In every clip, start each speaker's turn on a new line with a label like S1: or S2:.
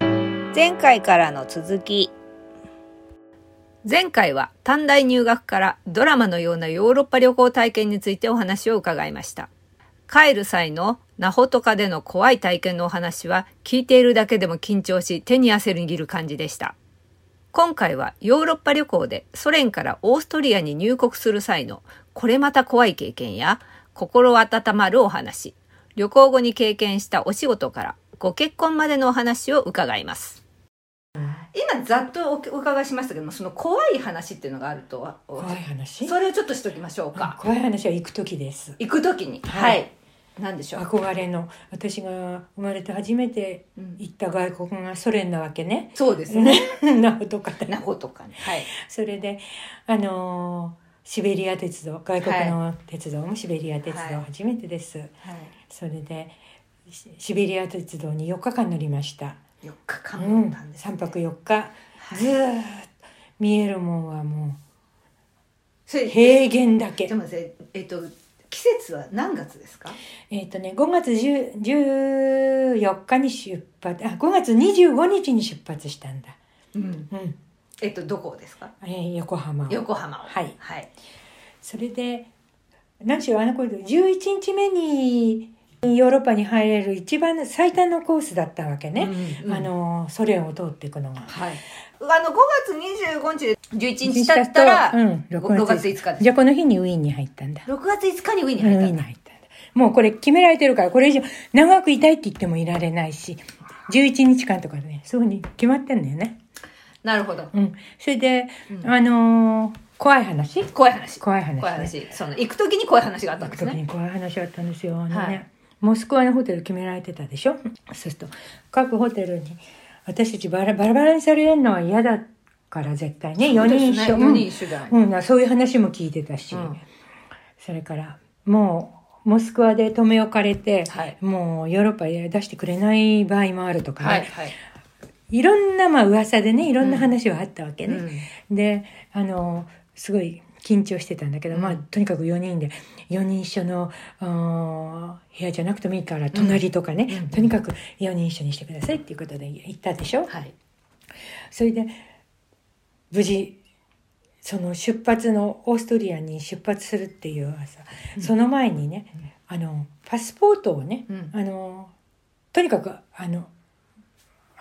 S1: 前回からの続き前回は短大入学からドラマのようなヨーロッパ旅行体験についてお話を伺いました帰る際のナホとかでの怖い体験のお話は聞いているだけでも緊張し手に汗握る感じでした今回はヨーロッパ旅行でソ連からオーストリアに入国する際のこれまた怖い経験や心温まるお話旅行後に経験したお仕事からご結婚までのお話を伺います今ざっとお伺いしましたけどもその怖い話っていうのがあると
S2: 怖い話
S1: それをちょっとしときましょうか
S2: 怖い話は行く時です
S1: 行く時には
S2: はい
S1: い、なんでしょう
S2: 憧れの私が生まれて初めて
S1: うん
S2: 行った外国がソ連なわけね
S1: そうですね
S2: ね なほとかで
S1: 名護とかねはい
S2: それであのーシベリア鉄道外国の鉄道もシベリア鉄
S1: はい
S2: 道初めてです、
S1: はい
S2: それでシシベリア鉄道に4日間乗りました、
S1: 4日
S2: う
S1: 間も
S2: ん、
S1: なんです、ね
S2: 3泊4日ずーっと見えるもんはも
S1: そうれ
S2: 平原だけ
S1: でもねえっと季節は何月ですか
S2: えっ、とね、5月10 14日に出発、あ、5月25日に出発したんだ。
S1: うん
S2: うん。
S1: えっとどこですか
S2: えー横浜を。
S1: 横浜を
S2: はい
S1: はい
S2: それで、何しろあの頃、11日目にヨーロッパに入れる一番最短のコースだったわけね。
S1: うんうん
S2: あの、ソ連を通っていくのが。
S1: はいあの5月25日で11日経ったら、
S2: うん、
S1: 6
S2: 6
S1: 月
S2: 月
S1: 5日です
S2: じゃあこの日にウィーンに入ったんだ。
S1: 6月5日にウィーンに
S2: ウィ
S1: 入
S2: ー
S1: っ
S2: ン
S1: た
S2: に入ったんだ。もうこれ決められてるから、これ以上長くいたいって言ってもいられないし、11日間とかね、そういうふうに決まってんだよね。
S1: なるほど
S2: うん、それで、
S1: うん
S2: あのー怖い話
S1: 怖い話
S2: 怖い話、ね、
S1: 怖い話その行く時に怖い話があったんです
S2: 特
S1: ね
S2: に怖い話あったんですよ、あのね
S1: はい
S2: モスクワのホテル決められてたでしょそうすると各ホテルに私たちバラバラバラにされるのは嫌だから絶対ね4人一緒
S1: 4人一緒じゃない、
S2: うんうん、そういう話も聞いてたし、
S1: うん
S2: それからもうモスクワで留め置かれて、
S1: はい
S2: もうヨーロッパへ出してくれない場合もあるとかね、
S1: はい
S2: い、
S1: はい、
S2: ろんなまあ噂でねいろんな話はあったわけね、
S1: うん
S2: であのすごい緊張してたんだけど、
S1: うん
S2: まあとにかく4人で4人一緒のあー部屋じゃなくてもいいから隣とかね、
S1: うん
S2: とにかく4人一緒にしてくださいっていうことで行ったでしょ、
S1: はい
S2: それで無事その出発のオーストリアに出発するっていう朝、
S1: うん
S2: その前にねあのパスポートをね、
S1: うん
S2: あのとにかくあの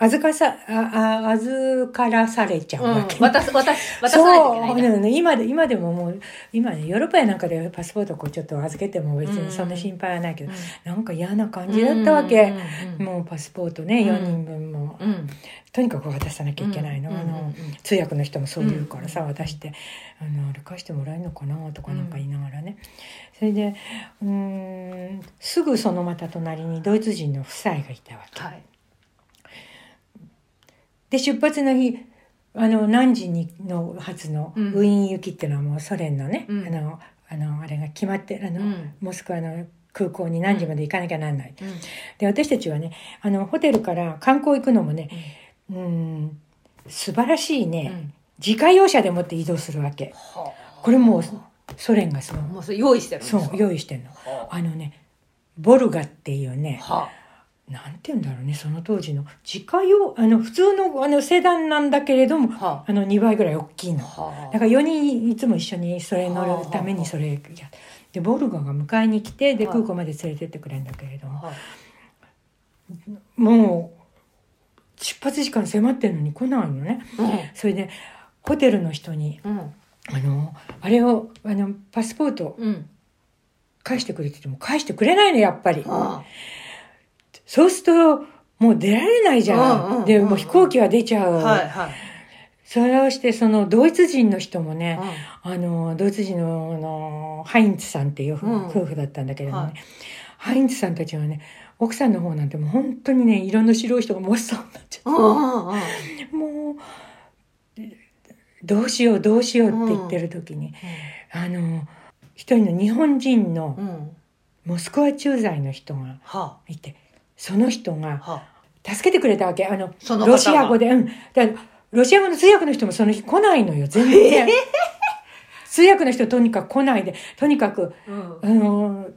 S2: 預かさああ預からされちゃう
S1: うん
S2: わけ、
S1: 渡す渡す渡さないといけないんだ
S2: そう、ね、今で今でももう今ねヨーロッパやなんかでパスポートこうちょっと預けても別にそんな心配はないけど、なんか嫌な感じだったわけ、
S1: うん
S2: もうパスポートね
S1: うん
S2: 4人分も、
S1: うんうん
S2: とにかく渡さなきゃいけないの,、
S1: うん
S2: あの通訳の人もそう言うからさ、渡してあの歩かしてもらえるのかなとかなんか言いながらね、それでうーんすぐそのまた隣にドイツ人の夫妻がいたわけ。
S1: はい
S2: で出発の日あの何時にの発の
S1: うん
S2: ウィーン行きっていうのはもうソ連のね、
S1: うん
S2: あのあのあれが決まってあの、
S1: うん
S2: モスクワの空港に何時まで行かなきゃなんない、
S1: うん
S2: で私たちはねあのホテルから観光行くのもねうん素晴らしいね、
S1: うん
S2: 自家用車でもって移動するわけ
S1: はあ
S2: これもうソ連がその
S1: もうそれ用意してるんです
S2: そ
S1: か
S2: う用意してんの
S1: は
S2: あのねボルガっていうね、
S1: あは
S2: なんて言うんだろうねその当時の自家用あの普通のあのセダンなんだけれども、
S1: は
S2: あの2倍ぐらい大きいの
S1: あはあ
S2: だから4人いつも一緒にそれ乗るためにそれやでボルガが迎えに来てで
S1: はい
S2: 空港まで連れてってくれるんだけれども
S1: はあ
S2: もう出発時間迫ってるのに来ないのねそれでホテルの人に
S1: うんうん
S2: あのあれをあのパスポート
S1: うん
S2: 返してくれって言っても返してくれないのやっぱり。
S1: は
S2: そうするともう出られないじ
S1: うんうんうん
S2: ゃ
S1: うん
S2: ん。でもう飛行機は出ちゃ
S1: あ
S2: う。
S1: はいはい
S2: それをして、そのドイツ人の人も
S1: う
S2: ね
S1: ん、
S2: あの、ドイツ人のあのハインツさんっていう夫
S1: うん
S2: 夫婦だったんだけれども
S1: はい
S2: ね、ハインツさんたちはね、奥さんの方なんてもう本当にね、色の白い人がもっそうになっちゃ
S1: うんうんうん
S2: って、もう、どうしようどうしようって言ってる時に、あの、一人の日本人の
S1: うんうん
S2: モスクワ駐在の人が
S1: はい
S2: て、その人
S1: あ
S2: が
S1: はあ
S2: 助けてくれたわけ。あの、
S1: その方が
S2: ロシア語で、うん。だからロシア語の通訳の人もその日来ないのよ、全然。通訳の人とにかく来ないで、とにかく、
S1: うん
S2: あのー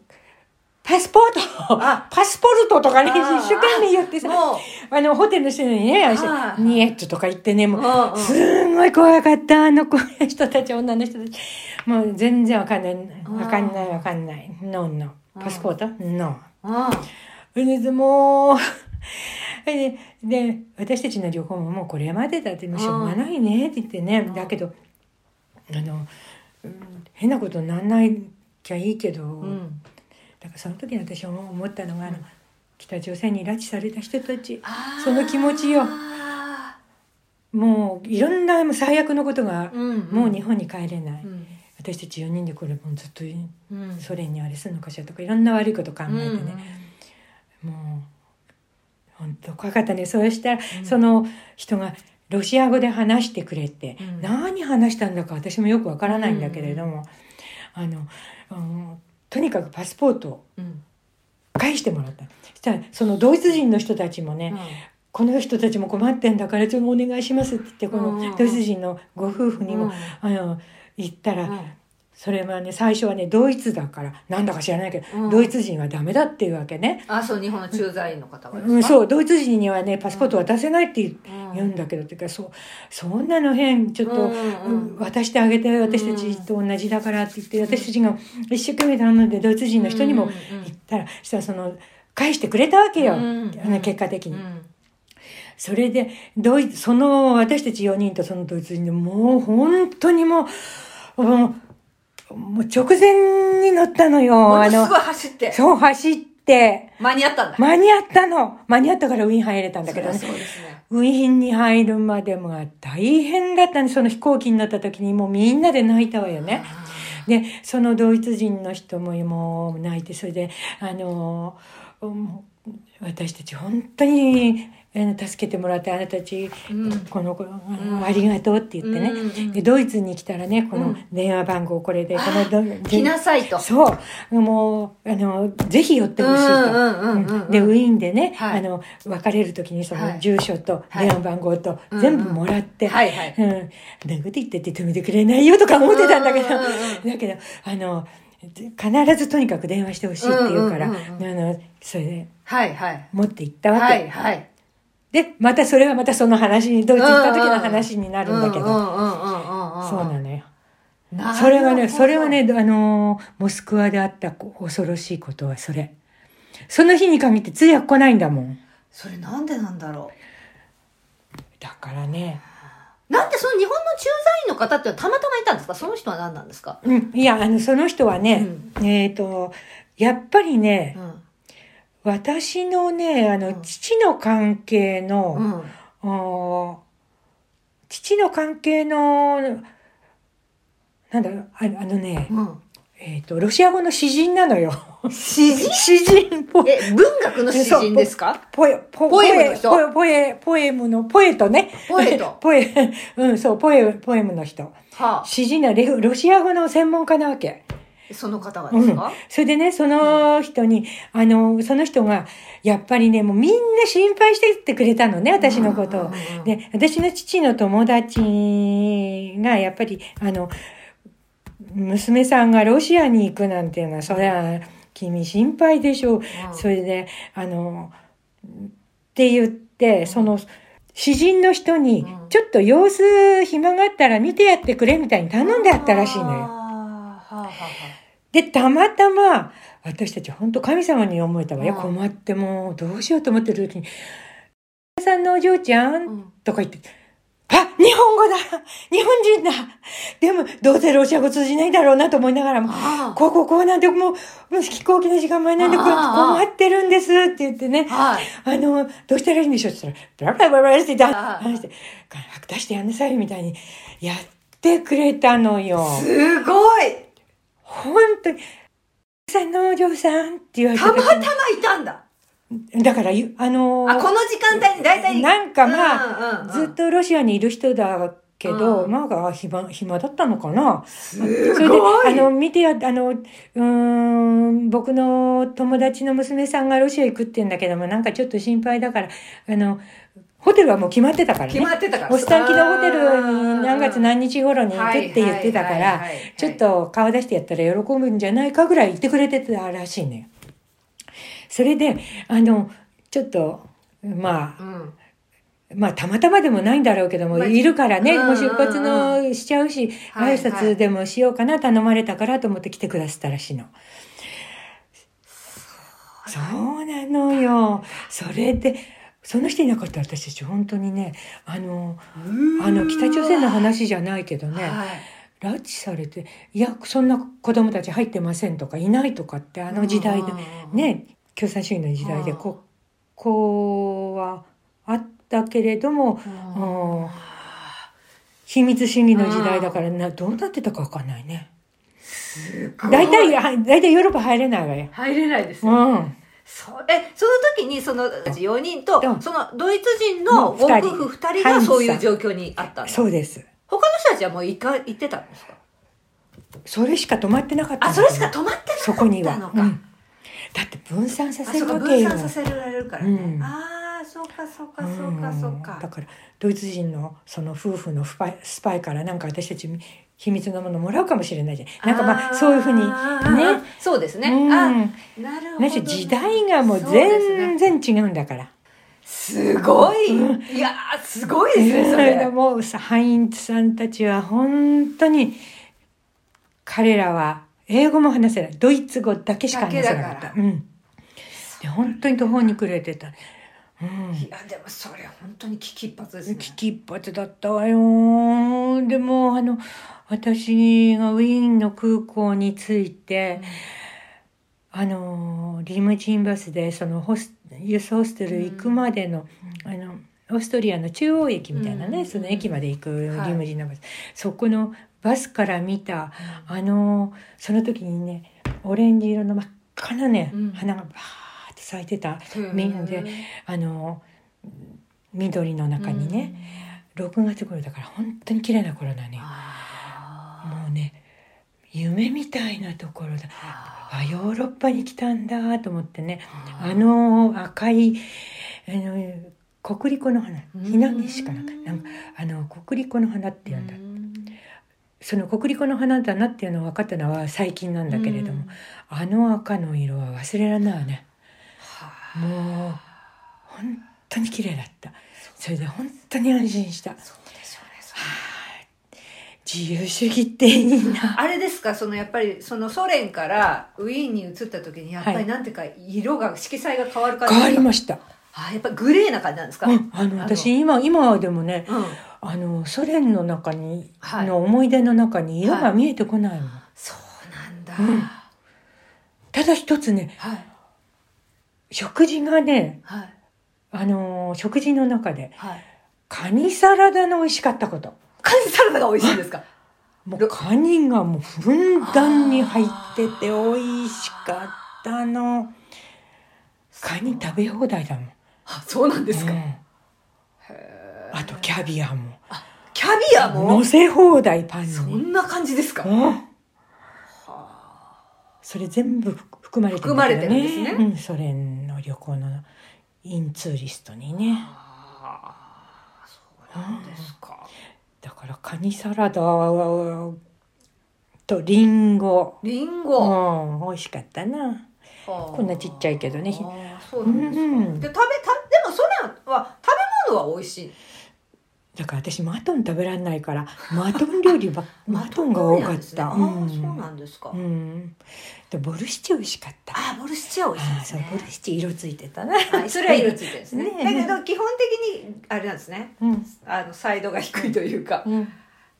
S2: パスポート
S1: あ
S2: パスポルトとかね、
S1: あー
S2: 一生懸命言ってさ、
S1: も
S2: あの、ホテルの人にね、あの人
S1: はい
S2: ニエットとか言ってね、もう、
S1: う、
S2: すんごい怖かった、あの子の人たち、女の人たち。もう全然わかんない、わかんない、わかんない。ノーノ
S1: あ
S2: ー。パスポートノ
S1: うんうん
S2: ー。で、 もう、で、で私たちの旅行ももうこれまでだって、もうしょうがないねって言ってね
S1: ん、
S2: だけど、あの、うん変なことになんないきゃいいけど、
S1: うん、
S2: だからその時に私思思ったのが、あの北朝鮮に拉致された人たち
S1: あー
S2: その気持ちよもういろんなもう最悪のことが、
S1: うん、
S2: もう日本に帰れない、
S1: うん
S2: 私たち4人でこれもうずっと
S1: うん、
S2: ソ連にあれするのかしらとかいろんな悪いこと考えて
S1: うんうん
S2: ね、もう本当怖かったねそうしたら、
S1: うん
S2: その人がロシア語で話してくれて、
S1: うん
S2: 何話したんだか私もよくわからないんだけれども、あの、うんとにかくパスポートを
S1: うん
S2: 返してもらったそしたらそのドイツ人の人たちもね、この人たちも困ってんだからちょっとお願いしますって言ってこ
S1: うんうん
S2: のドイツ人のご夫婦にも、あの言ったら、それはね最初はねドイツだからなんだか知らないけど、
S1: うん
S2: ドイツ人はダメだっていうわけね、
S1: あそう日本の駐在員の方がですか、
S2: うん、そうドイツ人にはねパスポート渡せないって言う
S1: うん
S2: 言うんだけど、っていうかそうそんなの変ちょっと、
S1: うんうん
S2: うん渡してあげて私たちと同じだからって言って、私たちが一生懸命頼んでドイツ人の人にも
S1: うんうん
S2: 言ったら、そしたらその返してくれたわけよ、
S1: うん
S2: あの結果的に。
S1: うん
S2: それでドイツその私たち4人とそのドイツ人でもう本当にもうもうもう直前に乗ったのよ
S1: もの
S2: あ
S1: す
S2: の
S1: ごい走って
S2: そう走って
S1: 間に合ったんだ
S2: 間に合ったの間に合ったからウィーン入れたんだけどね
S1: そりゃそうですね
S2: ウィーンに入るまでもが大変だったねその飛行機に乗った時にもうみんなで泣いたわよねでそのドイツ人の人ももう泣いてそれであのもう私たち本当にあの助けてもらってあなたたち
S1: うん
S2: この子、あ
S1: う
S2: の
S1: ん
S2: ありがとうって言ってね、
S1: うんうん
S2: でドイツに来たらねこ
S1: う
S2: の
S1: ん
S2: 電話番号これで、このど
S1: 来なさいと
S2: そうもうあのぜひ寄ってほしいと、
S1: うんうんうんうんうん
S2: でウィーンでね、
S1: はい
S2: あの別れる時にそ
S1: はい
S2: の住所と
S1: はい
S2: 電話番号と
S1: うんうん
S2: 全部もらって、
S1: はいはい
S2: うん、なんかこと言ってって止めてくれないよとか思ってたんだけど、
S1: うんうんうん
S2: だけどあの必ずとにかく電話してほしいって言うから、
S1: うんうんう
S2: あのそれで
S1: はいはい
S2: 持って行ったわけ、
S1: はいはい
S2: で、またそれはまたその話に、ドイツ行った時の話になるんだけ
S1: うん
S2: ど。
S1: うんうんうんうん
S2: そうなのよ。
S1: なるほど
S2: それはね、それはね、あのー、モスクワであった恐ろしいことはそれ。その日に限って通訳来ないんだもん。
S1: それなんでなんだろ
S2: だからね。
S1: うなんでその日本の駐在員の方ってたまたまいたんですかその人は何なんですか
S2: うん。いや、あの、その人はね、えっ、と、やっぱりね
S1: う、ん
S2: 私のね、あ
S1: うん
S2: の、父の関係の、
S1: うん
S2: あー父の関係の、なんだろう、ああのね、
S1: うん
S2: えっ、と、ロシア語の詩人なのよ。
S1: 詩人
S2: 詩人 ポエ
S1: え文学の詩人ですか
S2: ポエポ
S1: ポエムの人
S2: ポエポエポエムのポエトね
S1: ポエト
S2: ポエうんそうポエポエムの人
S1: は
S2: 詩人なレフロシア語の専門家なわけ
S1: あその方がですか
S2: それでねその人に、あのその人がやっぱりねもうみんな心配してってくれたのね私のこと
S1: うん
S2: を
S1: うんうんうん
S2: で私の父の友達がやっぱりあの娘さんがロシアに行くなんていうのはそりゃ君心配でしょう
S1: うん
S2: それで、あの、って言って、その、詩人の人に
S1: うん、
S2: ちょっと様子暇があったら見てやってくれみたいに頼んであったらしいの
S1: あー
S2: よ。
S1: はあはあは
S2: で、たまたま、私たち本当神様に思えたわよ。
S1: うん
S2: 困ってもう、どうしようと思ってる時に、さんのお嬢ちゃ
S1: あうんん
S2: とか言って、あ日本語だ日本人だでも、どうせロシア語通じないだろうなと思いながらも、
S1: あ
S2: こうこうこうなんて、もう、もう飛行機の時間前なんで、こう
S1: あー
S2: 困ってるんですって言ってね
S1: ー。はい
S2: あの、どうしたらいいんでしょうって言ったら、ブラブラブラブラって言って
S1: ああ
S2: 話して、早く出してやんなさいみたいにやってくれたのよ。
S1: すごい
S2: 本当に、さんのお嬢さんって言われ て
S1: たまたま
S2: た。
S1: いたんだ
S2: だから、ゆあの
S1: あこの時間帯に大体
S2: なんかまあ、
S1: あ
S2: ずっとロシアにいる人だけど、
S1: うん
S2: まあ、暇、暇だったのかな。
S1: す
S2: それで
S1: ご、
S2: あ
S1: い
S2: の、見てや、あの、うーん、僕の友達の娘さんがロシア行くって言うんだけども、なんかちょっと心配だから、あの、ホテルはもう決まってたからね。
S1: 決まってたから
S2: おスタンキのホテルに何月何日頃に行くって言ってた
S1: は
S2: か
S1: いはいはい
S2: ら
S1: はい、
S2: ちょっと顔出してやったら喜ぶんじゃないかぐらい言ってくれてたらしいのよ。それであのちょっとまあまあたまたまでもないんだろうけども、
S1: まあ
S2: いるからね、
S1: うんうん
S2: もう出発のしちゃうし、
S1: はい
S2: 挨拶でもしようかな頼まれたからと思って来てくださったらしいの。そうなのよ。それでその人いなかったら私たち本当にねあのあの北朝鮮の話じゃないけどね、拉致されて「いやそんな子供たち入ってません」とか「いない」とかってあの時代でね共産主義の時代で
S1: うん
S2: ここうはあったけれども、うん秘密主義の時代だからなどうなってたかわかんないね。大体は大体ヨーロッパ入れないわよ。
S1: 入れないです
S2: う
S1: よね
S2: ん、
S1: そえその時にその4人と、
S2: うん
S1: そのドイツ人の
S2: もう
S1: ご
S2: 二
S1: 夫
S2: 人
S1: 婦2人がそういう状況にあったんです
S2: そうです。
S1: 他の人たちはもう行か行ってたんですか
S2: それしか止まってなかった
S1: あ
S2: の
S1: それしか止まって
S2: そこに
S1: な
S2: は、
S1: かったの
S2: う
S1: か、
S2: んだって分散さ
S1: あ
S2: せ
S1: そうか
S2: るわけ
S1: 分
S2: よ
S1: 散させられるからね、
S2: うん
S1: ああそうかそうかそうかそうか、
S2: だからドイツ人のその夫婦のスパイスパイからなんか私たち秘密のものもらうかもしれないじゃんなんかまあそういうふうに
S1: ね
S2: ね
S1: そうですね、
S2: うん、
S1: あなるほど
S2: な
S1: ね
S2: んせ時代がもう
S1: そうですね
S2: 全然違うんだから。
S1: すごい、いやーすごいですねそれ、
S2: だからもうさハインツさんたちは本当に彼らは英語も話せないドイツ語だけしか話せなか
S1: だ
S2: っ
S1: けだ
S2: た
S1: か
S2: うんで本当に途方に暮れてた、うん、
S1: いやでもそれ本当に危機一髪ですね
S2: 危機一髪だったわよでもあの私がウィーンの空港に着いて、あのリムジンバスでそのホスユースホステル行くまでの,、あのオーストリアの中央駅みたいなね、
S1: うん
S2: その駅まで行く
S1: はい
S2: リムジンのバス、そこのバスから見たあのその時にねオレンジ色の真っ赤なね、
S1: うん
S2: 花がバーって咲いてた
S1: うん
S2: みんなであの緑の中にね、、6月頃だから本当に綺麗な頃だ
S1: うん
S2: ね
S1: あ
S2: もうね夢みたいなところだ
S1: ーあ
S2: あヨーロッパに来たんだと思ってね
S1: ー
S2: あの赤いあの国立の花
S1: うん
S2: ひなげしかなんかなんかあの国立の花っていうんだ
S1: うん
S2: その国立の花だなっていうのが分かったのは最近なんだけれども
S1: うん
S2: あの赤の色は忘れられないわね
S1: はあ
S2: もう本当に綺麗だったそれで本当に安心した
S1: そうでしょうねそう
S2: 自由主義っていいな
S1: あれですかそのやっぱりそのソ連からウィーンに移った時にやっぱ
S2: は
S1: り
S2: い
S1: なんていうか色が色彩が変わる感じ
S2: 変 わり
S1: す
S2: ました
S1: かあやっぱグレーな感じなんですか、
S2: うん、あの
S1: あの
S2: 私今今でもね
S1: うん
S2: あのソ連の中に、
S1: はい
S2: の思い出の中に色が見えてこないもん、
S1: そうなんだ、
S2: うんただ一つね
S1: はい
S2: 食事がね
S1: はい
S2: あのー食事の中で
S1: はい
S2: カニサラダの美味しかったこと
S1: カニサラダが美味しいですか
S2: も
S1: ろ
S2: うカニがもうふんだんに入ってて美味しかったのカニ食べ放題だもん
S1: あそうなんですか、
S2: うん
S1: へえ
S2: あとキャビアも
S1: キャビアも
S2: のせ放題パン
S1: そ
S2: に
S1: んな感じですか、
S2: うん
S1: は
S2: それ全部含まれて
S1: 含まれてるんですね
S2: うん、ソ連の旅行のインツーリストにね
S1: あそうなんですか
S2: だからカニサラダとリンゴ
S1: リン
S2: う
S1: ゴ、
S2: ん美味しかったな
S1: こ
S2: こんなちっちゃいけどね
S1: そうなんですか、
S2: うん
S1: で食べたでもソ連は食べ物は美味しい
S2: だから私マトン食べられないからマトン料理 ばマトンが多かった
S1: ああ
S2: うん
S1: ー、そうなんですか。
S2: うんでボルシチ美味しかった
S1: あー、ボルシチは美味しい
S2: あ
S1: で
S2: ー
S1: す
S2: そう
S1: ね
S2: ボ。ルシチ色ついてたな
S1: はい、それは色ついてるんですね。
S2: ねえ
S1: だけど基本的にあれなんですね。
S2: うん、
S1: あのサイドが低いというか、
S2: うん、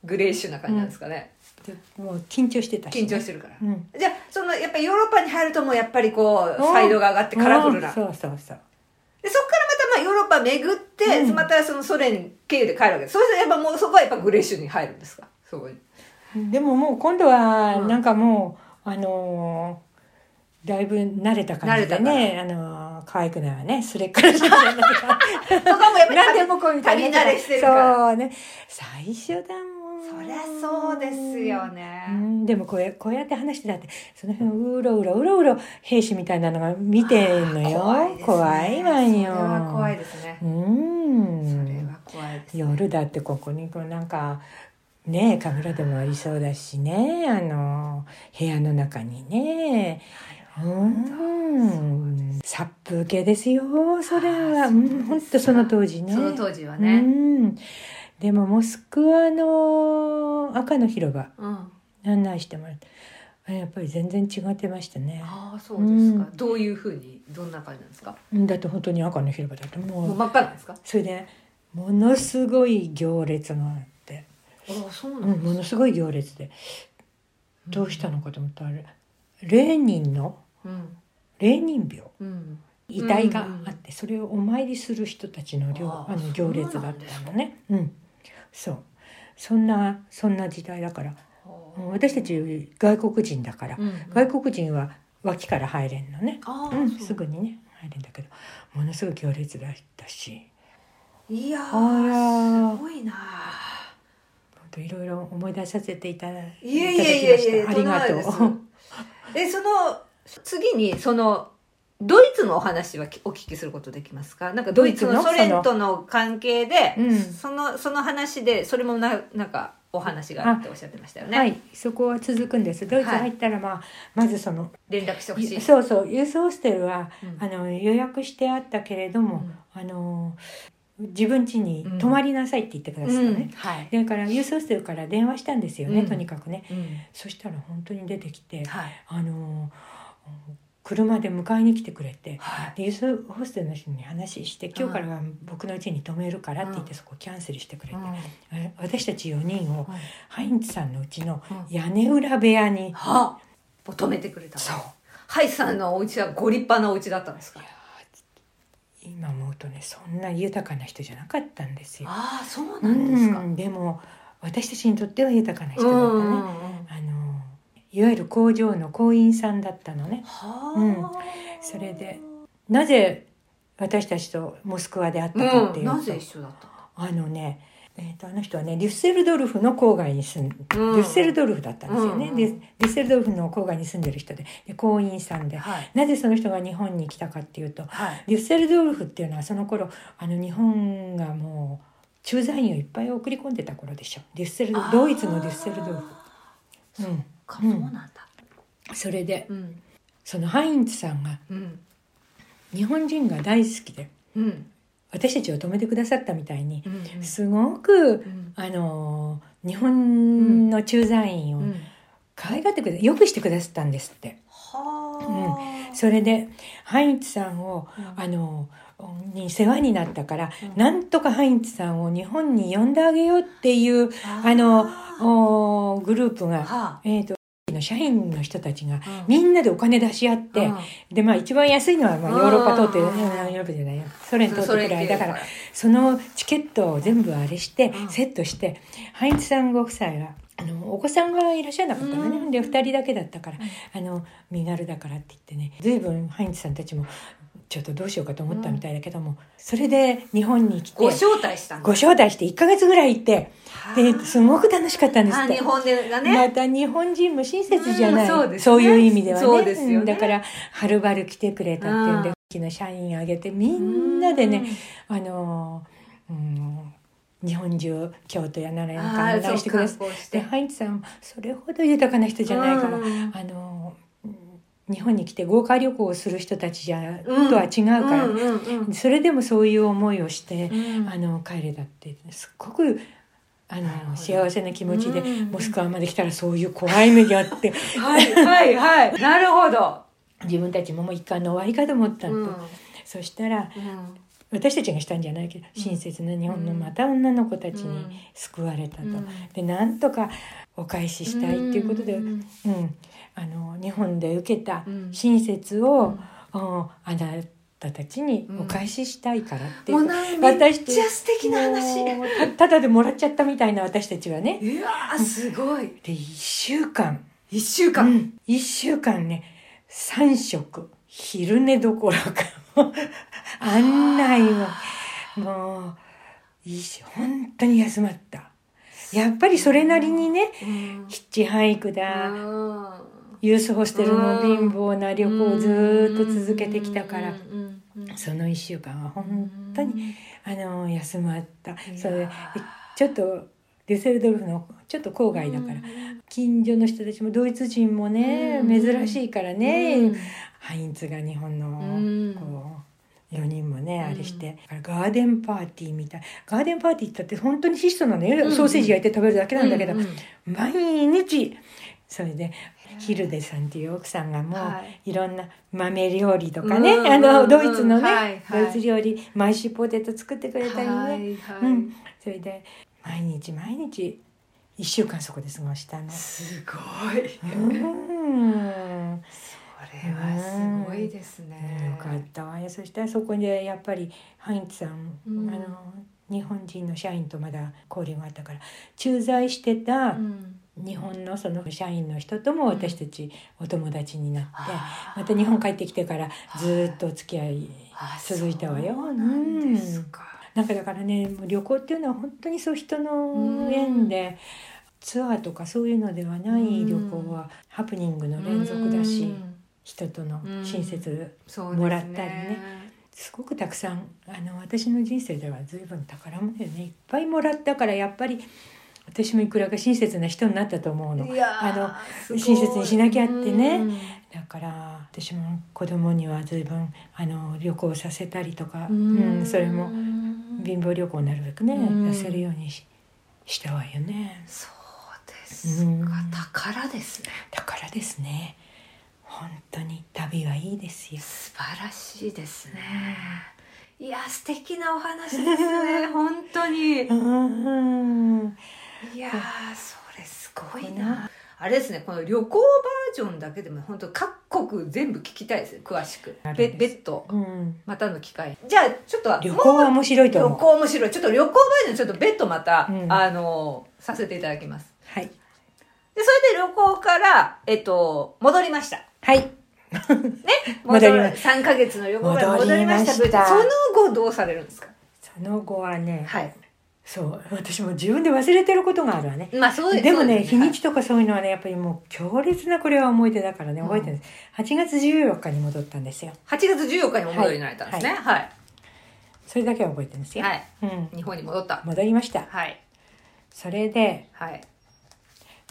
S1: グレーシュな感じなんですかね。
S2: でもう緊張してたし、
S1: 緊張してるから。
S2: うん
S1: じゃあそのやっぱりヨーロッパに入るともうやっぱりこう
S2: うん
S1: サイドが上がってカラフルな。
S2: う
S1: で
S2: ん
S1: そこ
S2: そうそう
S1: か
S2: そう
S1: らまたまあヨーロッパ巡って、
S2: うん
S1: またそのソ連経由で帰るわけです。それでやっぱもうそこはやっぱグレーシュに入るんですか。そこに。
S2: でももう今度は
S1: うん
S2: なんかもう、あのーだいぶ慣れた感じでね、あのー可愛くないわねそれからじゃない
S1: そこはもうやっぱり
S2: 何でもこういう
S1: 旅慣れしてるから
S2: そうね最初だ
S1: そ
S2: もん
S1: りゃそうですよね。
S2: うんでもこうやこうやって話してたってその辺うろうろうろうろ兵士みたいなのが見てんのよ
S1: 怖いですね
S2: 怖いわよ
S1: それは怖いですね。
S2: う
S1: そ
S2: ん
S1: れは怖いです、ね。
S2: 夜だってここにこうなんかねえカメラでもありそうだしねあの部屋の中にねうん殺風景ですよそれは
S1: あー
S2: うん
S1: そうですか
S2: 本当その当時ね
S1: その当時は
S2: う
S1: ね。
S2: んでもモスクワの赤の広場
S1: うん。あ
S2: 案内してもらってあやっぱり全然違ってましたね
S1: あ、そうですか。
S2: う
S1: どういうふうに、どんな感じなんですか。
S2: だって本当に赤の広場だともう
S1: もう真っ赤なんですか。
S2: それでものすごい行列があって、
S1: ああ、そうな
S2: う
S1: ん
S2: ん
S1: で
S2: も
S1: す
S2: のすごい行列でどうしたのかと思ったらあれレーニンの
S1: うん。
S2: レーニン病
S1: うん。
S2: 遺体があってそれをお参りする人たちの量
S1: あ
S2: あ
S1: ー
S2: の行列だったのねうんそうそんなそんな時代だからうん私た
S1: ち。
S2: ち外国人だから、
S1: うん
S2: 外国人は脇から入れんのね、
S1: ああ、
S2: うん、
S1: そう
S2: すぐにね入れんだけどものすごい行列だったし
S1: いや
S2: あ
S1: ーす
S2: ら
S1: ごいな
S2: 本当いろいろ思い出させていただい
S1: いえいえいえいえ
S2: ただきましたあ
S1: と
S2: りが
S1: んでも
S2: と
S1: ないですえその次にそのドイツのお話はきお聞きすることできますかなんかドイツ
S2: ド
S1: の
S2: イツ
S1: ソ
S2: の
S1: 連との関係で
S2: う、うん
S1: そのその話でそれもななんかお話があっておっしゃってましたよね、
S2: はいそこは続くんですドイツ入ったら、まあまずその
S1: 連絡してほしい
S2: そうそうユースホステルは
S1: うん
S2: あの予約してあったけれども、あの自分家に
S1: うん
S2: 泊まりなさいって言ってくださった
S1: う
S2: の
S1: ん、
S2: ね、
S1: はい、
S2: だからユースホステルから電話したんですよね、
S1: うん
S2: とにかくね
S1: うん
S2: そしたら本当に出てきて
S1: はい
S2: あの車で迎えに来てくれて
S1: はい
S2: でユースホステルの人に話して「今日からは僕の家に泊めるから」って言ってそこキャンセルしてくれて、え私たち4人をハインツさんのうちの屋根裏部屋に、
S1: は求めてくれた
S2: そう
S1: ハイさんのお家はご立派なお家だったんですか
S2: 今思うとねそんな豊かな人じゃなかったんですよ。
S1: ああそう
S2: う
S1: なんですか、
S2: んでも私たちにとっては豊かな人
S1: う
S2: だった
S1: んうんう
S2: ね、
S1: ん
S2: あのいわゆる工場の工員さんだったのね
S1: はあ、
S2: うんそれでなぜ私たちとモスクワで会ったかって
S1: う
S2: い
S1: ん、
S2: うと、
S1: なぜ一緒だったの
S2: あのね、えー、とあの人はねデュッセルドルフの郊外に住んで、
S1: うん
S2: デュッセルドルフだったんですよね、
S1: うん
S2: でデュッセルドルフの郊外に住んでる人でで工員さんで
S1: はい
S2: なぜその人が日本に来たかっていうと
S1: はい
S2: デュッセルドルフっていうのはその頃あの日本がもう駐在員をいっぱい送り込んでた頃でしょデュッセルドドイツのデュッセルドルフ、
S1: あー
S2: うん、
S1: かそうなんだ
S2: それで
S1: うん
S2: そのハインツさんが
S1: うん
S2: 日本人が大好きで
S1: うん
S2: 私たちを止めてくださったみたいに
S1: うん
S2: すごく
S1: うん
S2: あのー日本の駐在員
S1: う
S2: を
S1: ん
S2: 可愛がってくれよくしてくださったんですって
S1: はあ、
S2: それでハインツさんを
S1: うん
S2: あのーに世話になったから、
S1: うん
S2: なんとかハインツさんを日本に呼んであげようっていう
S1: あ
S2: あの
S1: は
S2: おグループが、
S1: あ
S2: えー、との社員の人たちが
S1: うん
S2: みんなでお金出し合って、
S1: うん
S2: でまあ一番安いのはまあヨーロッパ通って
S1: うん
S2: ヨーロッパじゃないよソ連通ってくらいだから
S1: それって
S2: そのチケットを全部あれして
S1: うん
S2: セットしてハインツさんご夫妻はあのお子さんがいらっしゃらなかったのね、
S1: うん
S2: で2人だけだったから
S1: うん
S2: あの身軽だからって言ってね随分ハインツさんたちもちょっとどうしようかと思ったみたいだけども、それで日本に来て
S1: ご招待したん
S2: ご
S1: です
S2: 招待して1ヶ月ぐらい行ってですごく楽しかったんです
S1: あ
S2: っ
S1: 日
S2: て。
S1: 本でがね、
S2: また日本人も親切じゃない、
S1: うんそう
S2: そう
S1: ですね
S2: いう意味ではね
S1: そうですよね
S2: んだからはるばる来てくれたっていうんで、
S1: うん
S2: 昨日社員あげてみんなでね、あのーうん日本中京都や奈
S1: う
S2: 良
S1: ん、
S2: や観覧してくださ
S1: あーそう観光し
S2: って
S1: て
S2: ハインツさんもそれほど豊かな人じゃないから、
S1: うん
S2: あのーうん日本に来て豪華旅行をする人たちじゃ、
S1: うん
S2: とは違うから、
S1: うんうんうん
S2: それでもそういう思いをして、
S1: うん
S2: あの帰れたってすっごくあ
S1: なるほど
S2: の幸せな気持ちで、
S1: うん
S2: モスクワまで来たらそういう怖い目にあって
S1: はいはいはいなるほど、
S2: 自分たちももう一巻の終わりかと思ったの
S1: うん
S2: と、そしたら
S1: うん
S2: 私たちがしたんじゃないけど親切な日本のまた女の子たち
S1: うん
S2: に救われたと、
S1: うん
S2: でなんとかお返ししたいっていうことで、
S1: う
S2: うん
S1: ん
S2: あの日本で受けた
S1: うん
S2: 親切を、うんあなたたちにお返ししたいからっていう
S1: も
S2: こ
S1: う
S2: と
S1: なんかめっちゃ素敵な話
S2: もうた ただでもらっちゃったみたいな私たちはね
S1: いやーすごい
S2: で1週間、
S1: 一週
S2: う
S1: 間、
S2: ん、1週間ね3食昼寝どころかも う案内をもういいし本当に休まったやっぱりそれなりにね
S1: うん
S2: ヒッチハイクだ
S1: あ
S2: ユースホステルの貧乏な
S1: ー
S2: 旅行をずーっと続けてきたか
S1: う
S2: ら
S1: んうんうんうん
S2: その1週間は本当にあの休まった
S1: いやー
S2: それでちょっとデュッセルドルフのちょっと郊外だから、
S1: うん
S2: 近所の人たちもドイツ人もね、
S1: うん
S2: 珍しいからね、
S1: うん
S2: ハインツが日本の、
S1: うん
S2: こう4人もね
S1: うん
S2: あれして、だからガーデンパーティーみたいガーデンパーティーったって本当に質素なのよ、
S1: うん
S2: ソーセージ焼いて食べるだけなんだけど、
S1: うう
S2: 毎日それでヒルデさんっていう奥さんがもう、
S1: はい
S2: いろんな豆料理とかね、
S1: うん
S2: あ
S1: う
S2: の
S1: ん
S2: ドイツのね、
S1: はいはい
S2: ドイツ料理マイシュポテト作ってくれたりね、
S1: はいはい
S2: うん、それで毎日毎日1週間そこで過ごしたの。
S1: すごい。
S2: うん
S1: それはすごいですね
S2: よ。かったわよそしたらそこでやっぱりハインツさん、
S1: うん
S2: あの日本人の社員とまだ交流があったから駐在して
S1: う
S2: た
S1: ん
S2: 日本のその社員の人とも私たちお友達になって、
S1: あー
S2: また日本帰ってきてからずっとお付き合い
S1: あ
S2: 続いたわよ。
S1: そうなんですか。
S2: なんかだからねもう旅行っていうのは本当にそう人の縁で、ツアーとかそういうのではない旅行はハプニングの連続だ
S1: う
S2: し、
S1: ん
S2: 人との親切
S1: そうですね
S2: もらったりね。すごくたくさんあの私の人生では随分宝物だよねいっぱいもらったからやっぱり私もいくらか親切な人になったと思うの
S1: いやー
S2: あ
S1: すごい
S2: 親切にしなきゃってね
S1: うん
S2: だから私も子供には随分あの旅行させたりとか、
S1: うん
S2: うんそれも貧乏旅行なるべくね、
S1: うん
S2: させるようにししたわよね
S1: そうです
S2: うん
S1: か宝ですね
S2: 宝ですね本当に旅はいいですよ
S1: 素晴らしいですねいや素敵なお話です ね本当に
S2: うん
S1: いやーそれすごいなあれですねこの旅行バージョンだけでも本当各国全部聞きたいですね詳しく
S2: あるん
S1: べ
S2: です
S1: 別途
S2: うん
S1: またの機会じゃあちょっと
S2: 旅行は面白いと
S1: 旅
S2: 思う
S1: 行面白いちょっと旅行バージョンちょっと別途また、
S2: うん
S1: あのさせていただきます
S2: はい
S1: でそれで旅行からえっと戻りました
S2: はい
S1: 戻
S2: 戻
S1: り
S2: り
S1: ま
S2: ま
S1: 3ヶ月の旅行から戻
S2: 戻
S1: り
S2: り
S1: ま
S2: ま
S1: し
S2: したた
S1: その後どうされるんですか
S2: その後はね、
S1: はい
S2: そう私も自分で忘れてることがあるわね
S1: まあそう
S2: でもね
S1: そ
S2: 日
S1: う
S2: に
S1: です
S2: ちとかそういうのはねやっぱりもう強烈なこれは思い出だからね
S1: うん
S2: 覚えてるんです、8月14日に戻ったんですよ
S1: はい8月14日にお戻りになれたんですねはい
S2: それだけは覚えてるんですよ、
S1: はい
S2: うん、
S1: 日本に戻った
S2: 戻りました
S1: はい
S2: それで
S1: はい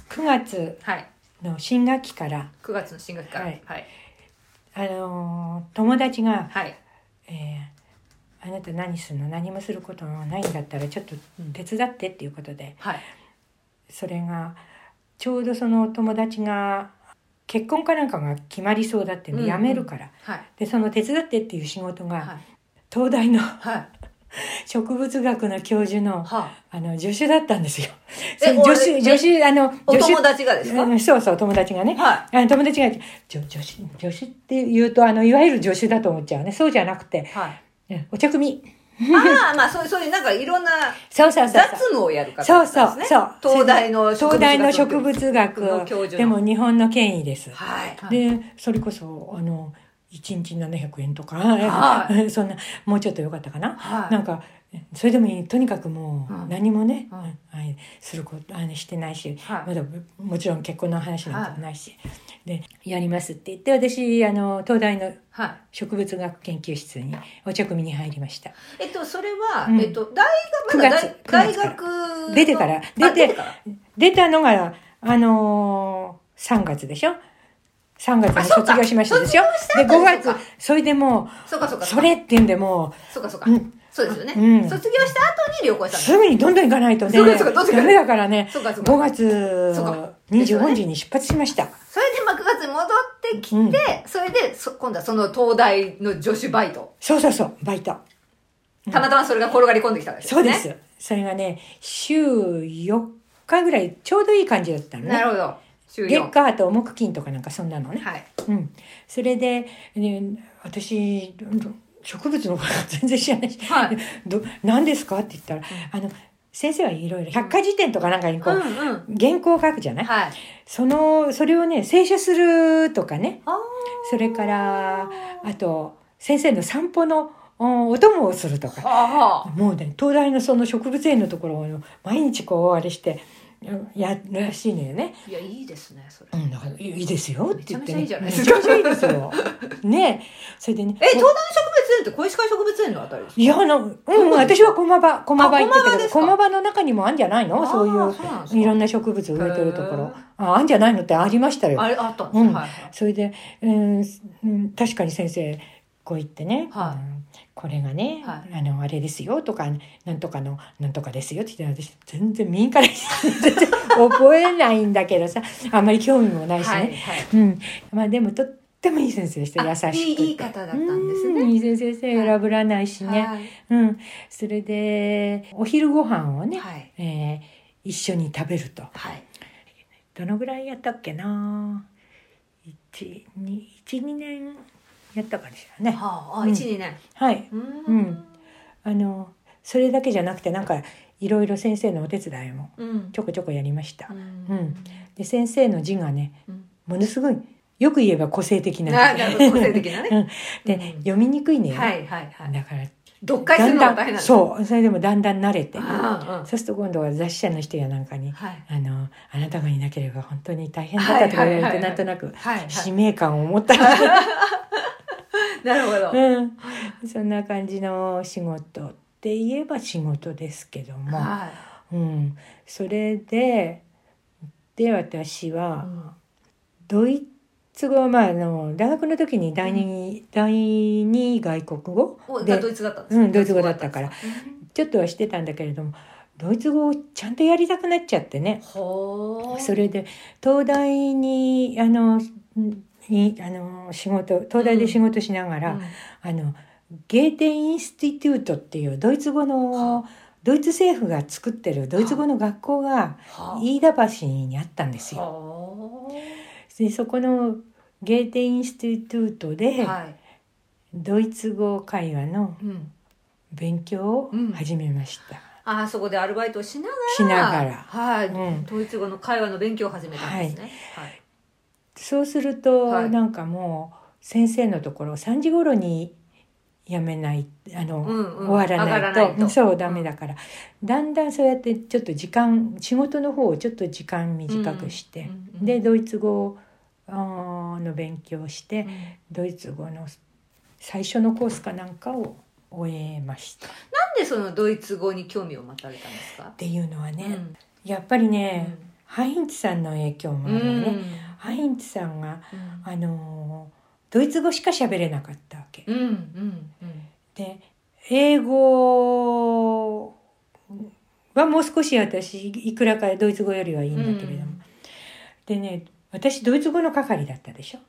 S2: 9月
S1: はい
S2: の新学期から、
S1: 9月の新学期からは
S2: はいいあのー友達が
S1: はい
S2: 「えーあなた何するの何もすることないんだったらちょっと手伝って」っていうことで
S1: はい
S2: それがちょうどその友達が結婚かなんかが決まりそうだっていうの、
S1: うん
S2: 辞めるから
S1: はい
S2: でその手伝ってっていう仕事が、
S1: はい
S2: 東 大の
S1: はい
S2: 植物学の教授の
S1: は
S2: あの助手だったんですよ。
S1: え
S2: そう
S1: お
S2: 助手
S1: え
S2: 助手あの
S1: お
S2: 助手
S1: 友達がですか
S2: あのそうそう友達がね。
S1: は
S2: あの友達が助助手助手って言うとあのいわゆる助手だと思っちゃうねそうじゃなくて
S1: はい
S2: えお茶組
S1: ああまあそういうそういうなんかいろんな
S2: そうそうそう
S1: 雑務をやる方
S2: そう
S1: だ
S2: そう
S1: ったんですね
S2: そう
S1: 東大の
S2: 東大の植物学
S1: の教授
S2: で
S1: の
S2: も日本の権威です、
S1: はい
S2: でそれこそあの1日700円とか、
S1: は
S2: そんなもうちょっとよかったかな
S1: はい
S2: なんかそれでもいいとにかくも
S1: うん
S2: う何もね、
S1: うん
S2: はいすることあのしてないし、
S1: はい
S2: まだもちろん結婚の話なんてもないし、でやりますって言って私あの東大の
S1: はい
S2: 植物学研究室にお茶組に入りました
S1: えっと、それは、
S2: うん
S1: えっと、大学、まだ
S2: 9
S1: 大大
S2: 月9月
S1: 学
S2: か
S1: の
S2: 出てから
S1: あ
S2: 出て
S1: 出てから
S2: 出たのがあのー、3月でしょ3月
S1: あ
S2: に
S1: そうか
S2: 卒業しましたでし
S1: 卒業
S2: ょ
S1: した
S2: で
S1: 後
S2: 5
S1: にそう
S2: 月
S1: か
S2: それでも
S1: そうかそう
S2: う
S1: か。
S2: それってんでも
S1: そうかそうか
S2: う、う。ん、
S1: そうですよね。
S2: うん
S1: 卒業した後に旅行したん
S2: すぐにどんどん行かないとね
S1: そうかそうかどうせか
S2: ダメだからね
S1: そうかそうか
S2: 5月
S1: そうか
S2: 25日に出発しました。
S1: それで、まあ、9月に戻ってきて、
S2: うん
S1: それで、そ今度はその東大の助手バイト。
S2: そうそうそう、バイト。
S1: たまたまそれが転がり込んできたんですね。
S2: そうです。それがね、週4日ぐらいちょうどいい感じだったの
S1: な
S2: ね。
S1: るほど。終了。
S2: 月火と木金とかなんかそんなのね。
S1: はい。
S2: うん。それで、ね、私、植物のこと全然知らないし、
S1: はい
S2: ど何ですかって言ったら、あの、先生はいろいろ百科事典とかなんかに
S1: う
S2: こう、
S1: んうん。
S2: 原稿を書くじゃない、
S1: はい。
S2: その、それをね、清書するとかね、
S1: あ
S2: それから、あと、先生の散歩のおお供をすると
S1: ー
S2: か。
S1: はあは
S2: もうね、東大のその植物園のところを毎日こうあれして、やるらしいのよね。
S1: いやいいですねそれ
S2: うん、だからいいいですよって言って、ね。
S1: めちゃめちゃいいじゃないですか
S2: めちゃめちゃいいですよ。ねそれでね。
S1: え東南植物園って小石川植物園のあたりですか
S2: いや、あの、うん、私は駒場、駒場行って
S1: あ
S2: たけ
S1: 駒場で
S2: ど、
S1: すか
S2: 駒場の中にもあんじゃないのそう
S1: あー
S2: いう
S1: そうなんですか
S2: いろんな植物植えてるところ。あ、あんじゃないのってありましたよ。
S1: あれあったんですね
S2: うん
S1: はいはい
S2: それで、うんうん、確かに先生、こう言ってね、
S1: はい
S2: うんこれがね、
S1: は
S2: あの、あれですよとか、なんとかの、なんとかですよって言って、私、全然民から全然覚えないんだけどさ、あんまり興味もないしね。
S1: はいはい
S2: うん。まあでも、とってもいい先生でした、優
S1: あ
S2: しくて。
S1: いいいい方だったんですね
S2: うんいい先生、選ぶらないしね。
S1: はい
S2: うん、それでお昼ご飯をね、
S1: はい
S2: えー一緒に食べると
S1: はい
S2: どのぐらいやったっけな12年やったかしらね
S1: はあ
S2: う
S1: あ
S2: ん
S1: 一二年
S2: はい
S1: うん
S2: うんあのそれだけじゃなくてなんかいろいろ先生のお手伝いも
S1: うん
S2: ちょこちょこやりました
S1: う、ん
S2: うんで先生の字がね
S1: うん
S2: ものすごいよく言えば個性的な
S1: ななるほど個性的なね
S2: うん で、
S1: うん
S2: 読みにくいね、
S1: はいはいはい
S2: だから
S1: 読解するのが大変なんですう
S2: そうそれでもだんだん慣れて
S1: あ
S2: そうすると今度は雑誌社の人やなんかに
S1: はい
S2: あのあなたがいなければ本当に大変だったとか言わ
S1: はいはいは
S2: れて
S1: いはい
S2: なんとなく
S1: はいはい
S2: 使命感を持ったら、
S1: なるほど
S2: うん、そんな感じの仕事って言えば仕事ですけども、
S1: はい
S2: うん、それでで私
S1: う
S2: は
S1: ん
S2: ドイツ語まああの大学の時に第二、第二外国語
S1: お
S2: で
S1: がドイツだったんです
S2: う
S1: ね
S2: んドイツ語だったからちょっとはしてたんだけれどもドイツ語をちゃんとやりたくなっちゃってね
S1: ほー
S2: それで東大にあのにあの仕事東大で仕事しながら、
S1: うん
S2: あのゲーテンインスティテュートっていうドイツ語のドイツ政府が作ってるドイツ語の学校が
S1: はあ
S2: 飯田橋にあったんですよ。
S1: は
S2: でそこのゲーテンインスティテュートで
S1: あはい
S2: ドイツ語会話の
S1: うん
S2: 勉強を始めました。
S1: あそこでアルバイトをしながら
S2: しながら
S1: はい、
S2: うん
S1: ドイツ語の会話の勉強を始めたんですねはい、
S2: そうすると、
S1: はい
S2: なんかもう先生のところ3時頃にやめないあの、
S1: うんうん
S2: 終わらないと
S1: 上がらないと
S2: そうダメだから、だんだんそうやってちょっと時間仕事の方をちょっと時間短くして、
S1: うんうん
S2: でドイツ語あーの勉強して、
S1: うん
S2: ドイツ語の最初のコースかなんかを終えました。っ
S1: なんでそのドイツ語に興味を持たれたんですか、
S2: ていうのはね、
S1: うん
S2: やっぱりね、ハインツさんの影響もあるよね。ハインツさんがあのードイツ語しか喋れなかったわけ。
S1: うんうんうんうん
S2: で英語はもう少し私いくらかドイツ語よりはいいんだけれども、
S1: うん
S2: でね私ドイツ語の係だったでしょ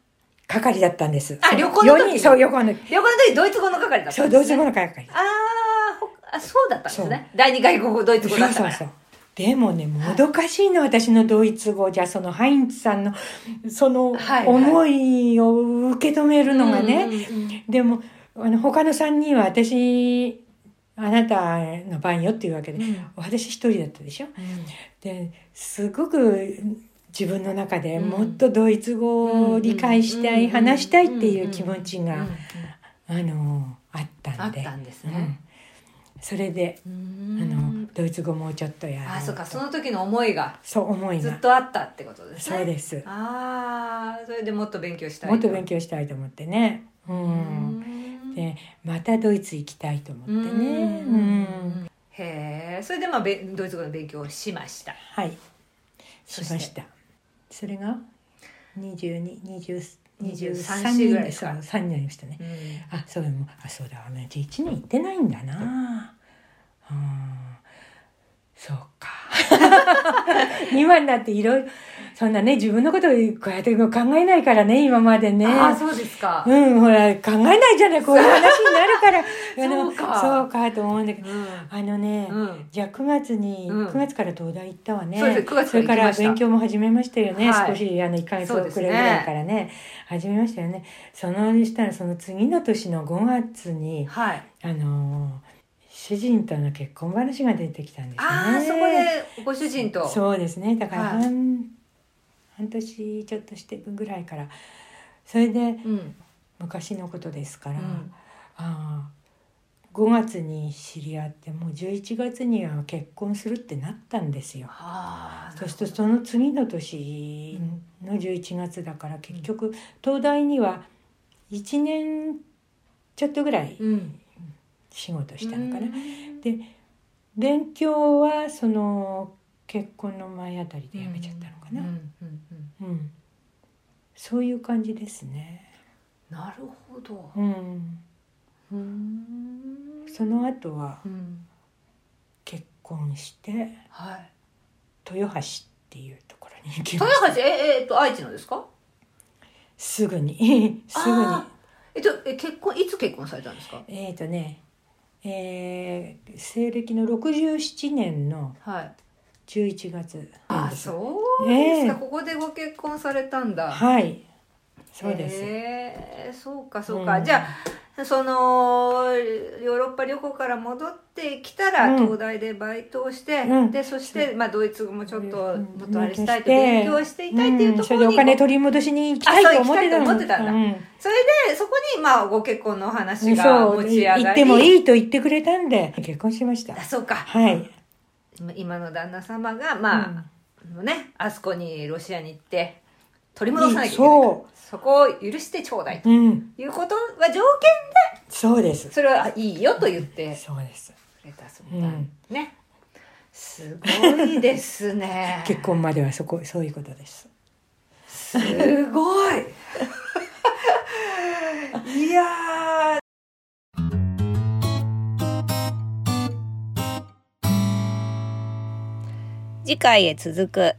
S2: 係だったんです。
S1: あ
S2: その
S1: 旅行の時
S2: 四人そう旅行の時
S1: 横の時ドイツ語の係だった
S2: そ
S1: ん
S2: う
S1: です、ね、
S2: ドイツ語の係。
S1: あーほあそうだったんですね第二外国語ドイツ
S2: そう
S1: 語だったか
S2: そ
S1: ら
S2: うそう。でもね、もどかしいの、私のドイツ語じゃ、そのハインツさんの、その
S1: はいはい
S2: 思いを受け止めるのがね、
S1: うんうんうん
S2: でもあの他の3人は私あなたの番よっていうわけ
S1: う
S2: で、
S1: ん
S2: 私一人だったでしょですごく自分の中で
S1: うん
S2: もっとドイツ語を理解したい、
S1: うん
S2: 話したいっていう気持ちが、
S1: うんうんうん
S2: あのあった
S1: あ
S2: ん
S1: っ
S2: で
S1: たんです
S2: う
S1: ね
S2: ん、それで
S1: う
S2: あ
S1: ん
S2: のドイツ語もうちょっとやろうと
S1: あそうかその時の思いが
S2: そう思い
S1: ずっ
S2: が
S1: とあったってことですね
S2: そうです
S1: ああそれでもっと勉強したい
S2: もっと勉強したいと思ってねうん
S1: うん
S2: でまたドイツ行きたいと思ってね
S1: うん
S2: うん
S1: へえそれでまあべドイツ語の勉強をしました
S2: はい。
S1: そし
S2: してました。それが二十二、二十
S1: 23
S2: 23
S1: 歳ぐ
S2: 人
S1: らいで
S2: ですす
S1: か
S2: 三人になりましたね。あ、そうでもあ、そうだ。同じ一年行ってないんだな。うん。そうか。 今になっていろいろそんなね自分のことをこうやって考えないからね今までね。
S1: ああそうですか、
S2: うんほら考えないじゃないこういう話になるからあの
S1: そうか
S2: そうかと思うんだけど
S1: うん
S2: あのね、
S1: うん
S2: じゃあ9月に、
S1: うん
S2: 9月から東大行ったわね。
S1: そうです9月
S2: それか
S1: から行き
S2: ら
S1: ました
S2: 勉強も始めましたよね。
S1: はい
S2: 少しあの1ヶ月
S1: そうです
S2: 遅
S1: ね
S2: れぐらいからね始めましたよね。そのしたらその次の年の5月に
S1: はい
S2: あのー主人との結婚話が出てきたんですね。
S1: ああそこでご主人と
S2: そうですね。だから
S1: はい
S2: 半、半年ちょっとしてぐらいからそれで
S1: うん
S2: 昔のことですから、
S1: うん
S2: ああ5 5月に知り合ってもう11月には結婚するってなったんですよ。
S1: あ
S2: そしてその次の年の11月だから結局東大には1年ちょっとぐらい
S1: うん
S2: 仕事したのかな。
S1: うん
S2: 勉強はその結婚の前あたりでやめちゃったのかな
S1: う。んうんうん
S2: うん、そういう感じですね。
S1: なるほど
S2: うん、
S1: うん
S2: その後は
S1: うん
S2: 結婚して
S1: はい
S2: 豊橋っていうところに行きま
S1: 豊
S2: した。
S1: 橋ええっと愛知のですか
S2: すぐにすぐに
S1: あえっとえ結婚いつ結婚されたんですか
S2: えっ、とね、えー、西暦の67年の
S1: はい
S2: 11月
S1: あ
S2: う
S1: そうですか、
S2: ええ
S1: ここでご結婚されたんだ
S2: はいそうです、
S1: ええそうかそうか、
S2: ん
S1: じゃあそのヨーロッパ旅行から戻ってきたら、
S2: うん
S1: 東大でバイトをして、
S2: うん
S1: でそして、まあ、ドイツ語もちょっと
S2: うん
S1: もっとあれしたいと
S2: 勉
S1: 勉
S2: 強
S1: 強していたいっていうとこ
S2: ん
S1: ろに、
S2: それでお金取り戻しに行きたいと思
S1: あそう
S2: ってた
S1: 行きたいと思
S2: う
S1: そ
S2: ん
S1: れでそこに、まあ、ご結婚のお話が
S2: そう
S1: 持ち上がり
S2: 行ってもいいと言ってくれたんで結婚しました
S1: あそうか
S2: はい、
S1: 今の旦那様がまあ、ね、あそこにロシアに行って取り戻さなきゃいけないから
S2: そ
S1: そこを許してちょうだいと
S2: うん、うん、
S1: いうことは条件
S2: そうです
S1: それはいいよと言って
S2: そうです
S1: くれたそう
S2: う
S1: だ
S2: ん
S1: ねすごいですね
S2: 結婚まではそこそういうことです
S1: すご いいやー次回へ続く